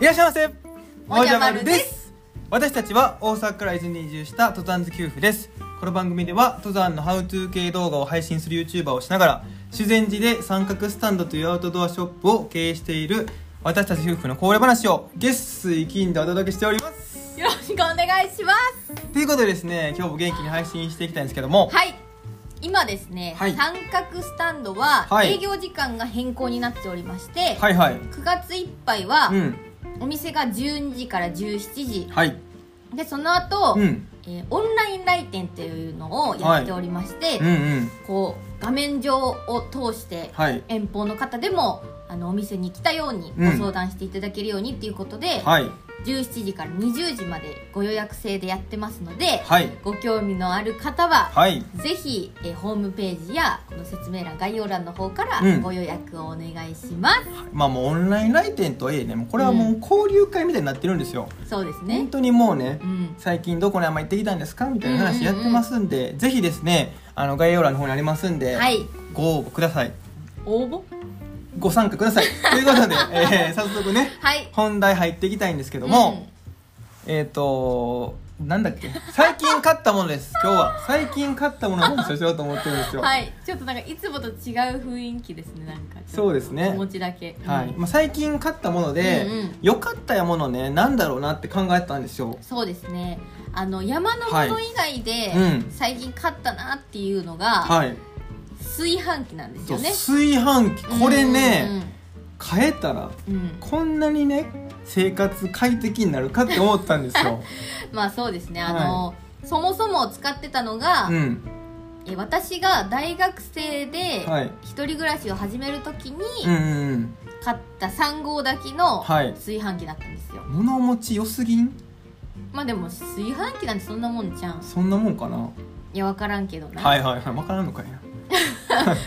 いらっしゃいませおじゃまるです私たちは大阪から伊豆に移住した登山好き夫婦ですこの番組では登山のハウトゥー系動画を配信する YouTuber をしながら修善寺で三角スタンドというアウトドアショップを経営している私たち夫婦の高齢話を月水金でお届けしておりますよろしくお願いしますということでですね今日も元気に配信していきたいんですけどもはい今ですね、はい三角スタンドははい営業時間が変更になっておりまして、はいはい9月いっぱいはうんお店が12時から17時はいでその後、うんえーオンライン来店っていうのをやっておりまして、うんうんこう画面上を通してはい遠方の方でもあのお店に来たようにうんご相談していただけるようにっていうことで、はい17時から20時までご予約制でやってますので、はいご興味のある方は、はいぜひえーホームページやこの説明欄概要欄の方からうんご予約をお願いします、まあもうオンライン来店とはいえねもうこれはもう交流会みたいになってるんですよ、そうです本ね当にもうね、うん最近どこにあんま行ってきたんですかみたいなうん話うんやうっんてますんで、ぜひですねあの概要欄の方にありますんで、はいご応募ください応募ご参加くだ さいということで、えー早速ねはい本題入っていきたいんですけども、えっ、となんだっけ最近買ったもの です今日は最近買ったものをお話ししようと思ってるんですうんよはいちょっとなんかいつもと違う雰囲気ですねなんかちょっとそうですねお持ちだけはいうんまあ、最近買ったものでうんうん良、かったものねなんだろうなって考えてたんですよそうですねあの山のもの以外ではいうん最近買ったなっていうのが、はい、炊飯器なんですそうよね炊飯器これね変えたらうんうんうんこんなにね生活快適になるかって思ったんです よ。まあそうですねあの、そもそも使ってたのが、うん、え私が大学生ではい。一人暮らしを始めるときにうんうんうん。買った3号炊きのはい炊飯器だったんですよ、物持ち良すぎん？まあでも炊飯器なんてそんなもんじゃんそんなもんかな。いや分からんけどな、はいはいはい。わからんのかいな。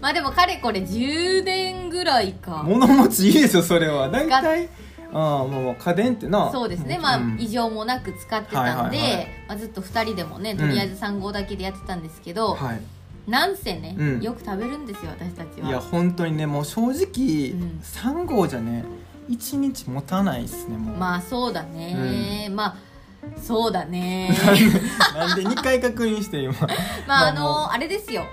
まあでもかれこれ10年ぐらいか物持ちいいですよそれは。大体。ああもう家電ってな。そうですねまあうん異常もなく使ってたんで、はいはいはいまあ、ずっと2人でもねとりあえず3号炊きでやってたんですけど、はい。なんせね、うんよく食べるんですよ私たちはいや本当にねもう正直、うん三号じゃね一日持たないですねもう。まあそうだね、まあそう だね なんで二回確認して今。まああまあものあれですよ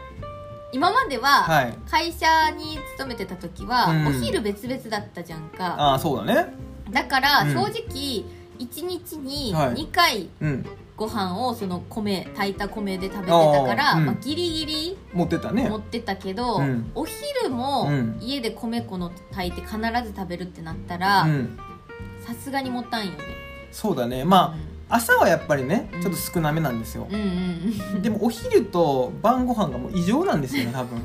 今までは、はい。会社に勤めてた時は、うんお昼別々だったじゃんかああそうだね。だからうん正直、一日にはい2回うん。ご飯をその米炊いた米で食べてたから、あーうんまあ、ギリギリ持ってたね。持ってたけど、うんお昼もうん家で米粉の炊いて必ず食べるってなったらうん。さすがにもったいんよねそうだね。まあ。朝はやっぱりねうんちょっと少なめなんですよう、んうんうん でもお昼と晩ご飯がもう異常なんですよね多分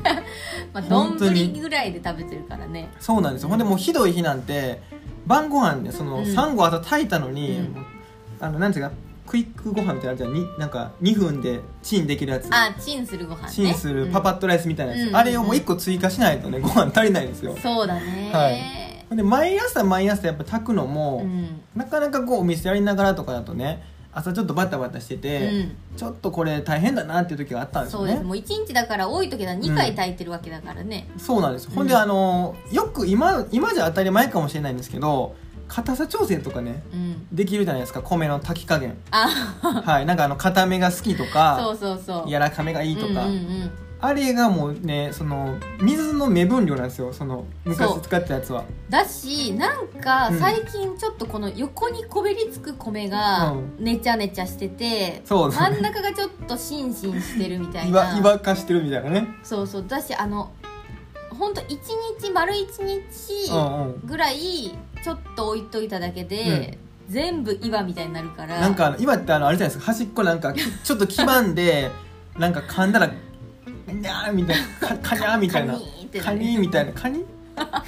まあ丼本当にぐらいで食べてるからねそうなんですよほんでもうひどい日なんて晩ご飯でそのうん3合朝炊いたのに、うんあのなんていうかクイックご飯みたいなのあるじゃんになんか2分でチンできるやつあチンするご飯ねチンするパパッとライスみたいなやつ、うんあれをもう1個追加しないとねご飯足りないんですうよんそうだね、はほんで毎朝毎朝やっぱ炊くのも、うんなかなかこうお店やりながらとかだとね朝ちょっとバタバタしてうて、んちょっとこれ大変だなっていう時があったんですそようねですもう一日だから多い時は2回炊いてるわけだからね、そうなんですよ、うんほんであのよく今今じゃ当たり前かもしれないんですけど硬さ調整とかねうんできるじゃないですか米の炊き加 減あはいなんかあの硬めが好きと そかうそうそう柔らかめがいいとか、うんうんあれがもうねその水の目分量なんですよそのそう昔使ってたやつはうん、だしなんかうん最近ちょっとこの横にこびりつく米うがんねちゃねちゃしてて、そうです真んね中がちょっとシンシンしてるみた いいなわいわかしてるみたいなねそうそうだしあのほんと一日丸一日うんうんぐらいちょっと置いといただけで、全部岩みたいになるからなんかあの今ってあのあれじゃないですか端っこなんかきちょっと黄ばんでなんか噛んだら にゃーみたいなかかにゃーみたいなカニーってなカるニみたいなカニ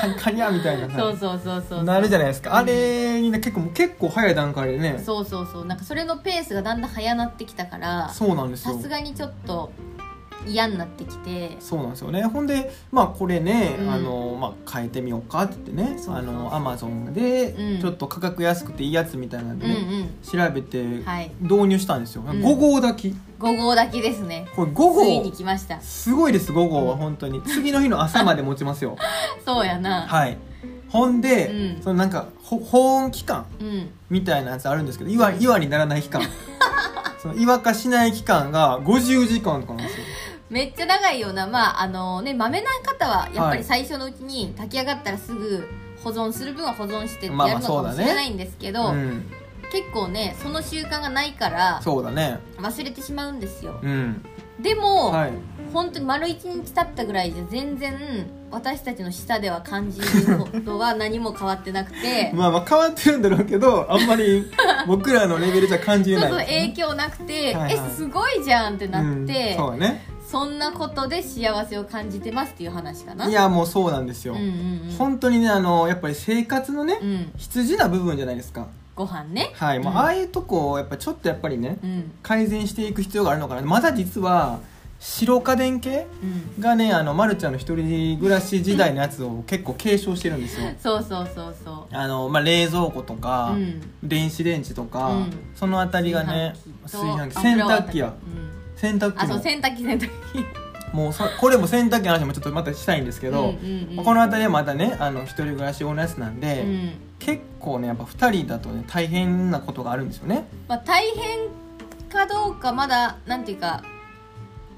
カニカニャみたいなさそうそうそうそうなるじゃないですうんかあれにね結構もう結構早い段階でねそうそうそうなんかそれのペースがだんだん早なってきたからさそうなんですよすがにちょっと嫌になってきてそうなんですよねほんでまあこれね、うんあのまあ、変えてみようかって言ってねそうそうあのアマゾンでうんちょっと価格安くていいやつみたいなんうでんね、調べてうんはい導入したんですよ、ん5号炊き5号だけですねこれ5つい号に来ましたすごいです5号は本当に次の日の朝まで持ちますよそうやなはいほんで、うんそのなんかほ保温期間うんみたいなやつあるんですけど岩岩にならない期間 その岩化しない期間が50時間とかなんですよめっちゃ長いようなまああのね豆な方はやっぱはいり最初のうちに炊き上がったらすぐ保存する分は保存してってやるまあまあのかもそうしだねれないんですけど、うん、結構ねその習慣がないからそうだね忘れてしまうんですようんでも、はい本当に丸一日経ったぐらいで全然私たちの舌では感じることは何も変わってなく てまあまあ変わってるんだろうけどあんま り僕らのレベルじゃ感じそれなういそうですね影響なくて、はいはいえすごいじゃんってなって、うんそうだねそんなことで幸せを感じてますっていう話かないやもうそうなんですよ、うんうんうん本当にねあのやっぱり生活のね、うん羊な部分じゃないですかご飯ねはい、まうんあああいうとこをやっぱちょっとやっぱりね、うん改善していく必要があるのかなまだ実は白家電系うんがねあの、ま、るちゃんの一人暮らし時代のやつを結構継承してるんですよそうそうそうそあの、まあ、冷蔵庫とうか、うん電子レンジとか、うんその辺りがね炊炊飯飯器器と洗油を濯機やうん洗濯機あそうも洗濯機洗濯機もうそこれも洗濯機の話もちょっとまたしたいんですけど、うんうんうんまあこの辺りはまたねあの一人暮らし用のやつなんで、うん結構ねやっぱ2人だとね大変なことがあるんですよねまあ、大変かどうかまだなんていうか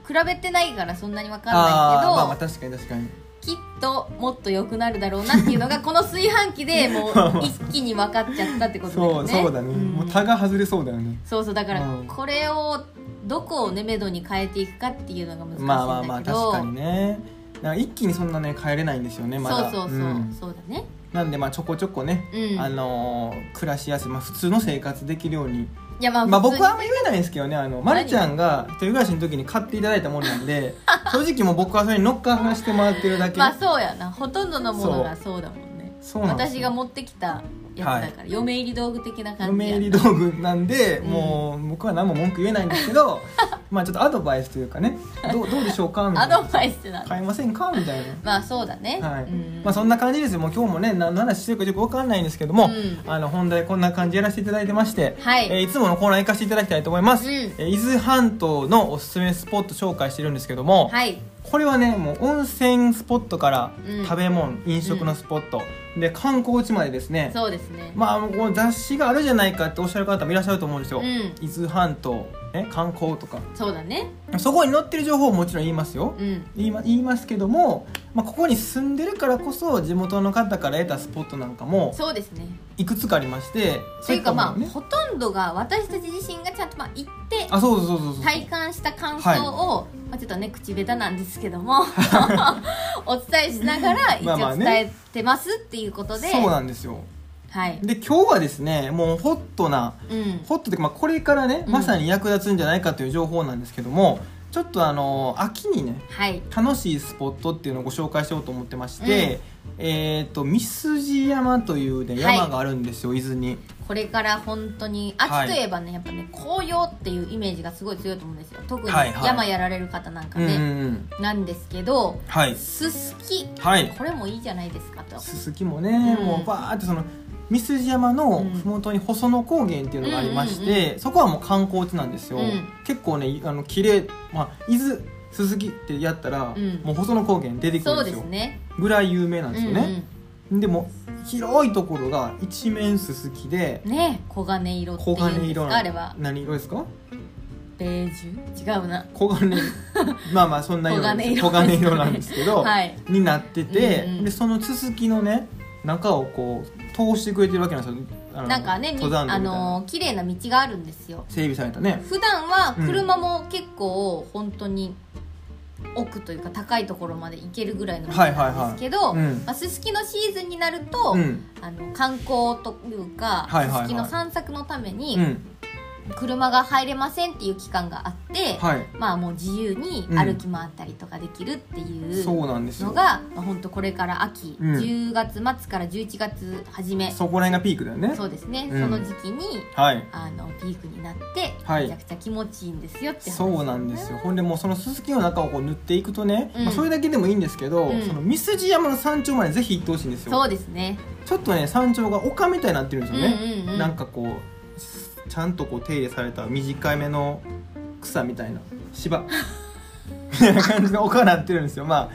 比べてないからそんなにわかんないけあど、ーまあまあ確かに確かにきっともっと良くなるだろうなっていう のがこの炊飯器でもうまあまあ一気に分かっちゃったってことだそようねそうだね、んもうタが外れそうだよねそうそうだからうんこれをどこをねめどに変えていくかっていうのが難しいんまあまあまあだけ確どかにねだから一気にそんなね帰れないんですよねまだそうそうそう、んそうだねなんでまあちょこちょこね、うんあのー暮らしやすい、まあ、普通の生活できるようにいやまあまあ普僕通にはあんま言えないんですけどねあのまるちゃんが一人暮らしの時に買っていただいたものなん で正直もう僕はそれに乗っかしてもらってるだけ、まあそうやなほとんどのものがそうだもんねそうなんですよ私が持ってきたやつだから、嫁入り道具的な感じ嫁や入りな道具なんで、うんもう僕は何も文句言えないんですけ どまあちょっとアドバイスというかねどうどうでしょうかみたアいなドバイスなんだ買いませんかみたいな。まあそうだね、はいうんまあ、そんな感じですよもう今日もね何の話してるかよく分かんないんですけども、うんあの本題こんな感じやらせていただいてまして、はいえーいつものコーナー行かせていただきたいと思います、うんえー伊豆半島のおすすめスポット紹介してるんですけども、はいこれはねもう温泉スポットからうん食べ物、飲食のスポット、で観光地までですねそうですね、まあもうこの雑誌があるじゃないかっておっしゃる方もいらっしゃると思うんですよ、うん伊豆半島、ね、観光とかそうだねそこに載ってる情報ももちろん言いますよ、うん言いま言いますけども、まあ、ここに住んでるからこそ地元の方から得たスポットなんかもそうですねいくつかありましてというかまあ、そういったものねほとんどが私たち自身がちゃんとまあ行ってあそうそうそうそうそう体感した感想を、まあ、ちょっとね口下手なんですけど もお伝えしながら一まあまあ応ね伝えてますっていうことで、そうなんですよはい、で今日はですねもうホットなうん、ホットというか、まあ、これからねうんまさに役立つんじゃないかという情報なんですけども、ちょっとあの秋にねはい楽しいスポットっていうのをご紹介しようと思ってまして、えっ、と三筋山というねはい山があるんですよ、伊豆にこれから本当にはい秋といえばね、やっぱね紅葉っていうイメージがすごい強いと思うんですよ特にはいはい山やられる方なんかうんね、うんうんなんですけどはいすすきはいこれもいいじゃないですかとすすきもね、うんもうバーってその三筋山の麓に細野高原っていうのがありまして、うんそこはもう観光地なんですよ、うん結構ねあの綺麗まあ伊豆すすきってやったら、うんもう細野高原出てくそるうんでですよすねぐらい有名なんですよね、うんでも広いところが一面すすきでうんね黄金色ってい黄うん金です色かなあれは何色ですかベージュ違うな黄 金まあまあそんな色なんです黄金色で黄金すね色なんですけど、はいになってて、うんうんでそのすすきのね中をこう通してくれてるわけなんですよあのなんかねみ登山道あみたいな、のー綺麗な道があるんですよ整備されたね普段は車も結構本当に奥というか高いところまで行けるぐらいの道はいはいはいなんですけどうんまあすすきのシーズンになると、うんあの観光というかはいはいはいすすきの散策のためにうん車が入れませんっていう期間があって、はいまあもう自由に歩き回ったりとかできるっていうそうなんですのよが、まあ、本当これから秋、うん10月末から11月初めそそこら辺がピークだよねうですね、うんその時期にはいあのピークになって、はいめちゃくちゃ気持ちいいんですよって話そうなんですよほんでもうそのすすきの中をこう塗っていくとね、うんまあ、それだけでもいいんですけど、うんその三筋山の山頂までぜひ行ってほしいんですよそうですねちょっとね山頂が丘みたいになってるんですよね、うんうんうんなんかこうちゃんとこう手入れされた短めの草みたいな芝みたいな感じの丘になってるんですよまあ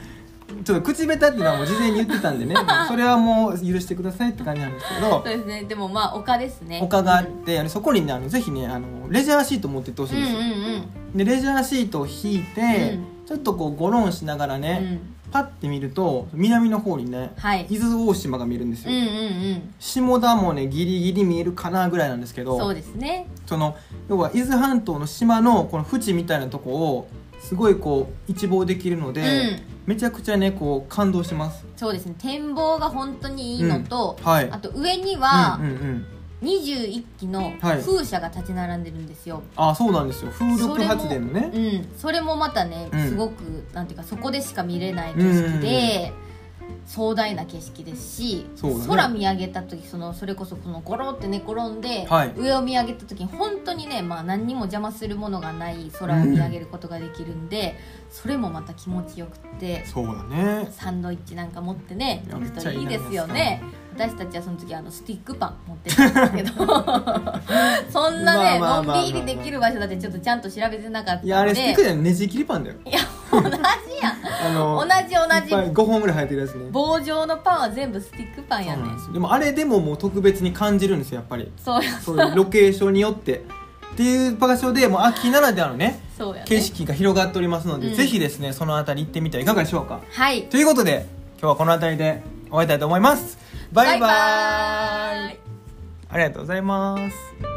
ちょっと口下手っていうのはもう事前に言ってたんで ねそれはもう許してくださいって感じなんですけどそうですねでもまあ丘ですね丘があってあのそこにねあのぜひねあのレジャーシート持ってってほしうんいうんですよ、でレジャーシートを引いて、ちょっとこうゴロンしながらうんうん、うね、ん、パッて見ると南の方にねはい伊豆大島が見えるんですうよ、んうんうん下田もねギリギリ見えるかなぐらいなんですけどそうですねその要は伊豆半島の島のこの縁みたいなとこをすごいこう一望できるので、うんめちゃくちゃねこう感動してますそうですね展望が本当にいいのと、はいあと上にはうんうんうん、 21基のはい風車が立ち並んでるんですよ、あそうなんですよ風力発電のねうん、それもまたねうんすごく、なんていうかそこでしか見れない景色で、壮大な景色ですし、そうだね空見上げた時そのそれこそこのゴロって寝転んで、はい上を見上げた時に本当にね、まあ、何にも邪魔するものがない空を見上げることができるんで、それもまた気持ちよくってそうだねサンドイッチなんか持ってねいや行めくっちとゃいいいいなですよね私たちはその時あのスティックパン持ってたん ですけどそんなねまあまあまあまあまあのんびりできる場所だってちょっとちゃんと調べてなかったんでいやあれスティックじゃないねじ切りパンだよいや同じやん あ同のじ同いっぱい5本ぐらい入ってるやつねじ棒状のパンは全部スティックパンそやうねなんですよでもあれでももう特別に感じるんですよやっぱりそうやそういうロケーションによってっていう場所でもう秋ならではのねそうやね景色が広がっておりますので、うんぜひですねその辺り行ってみてはいかがでしょうかはいということで今日はこの辺りで終わりたいと思いますバイバイバイバーイありがとうございます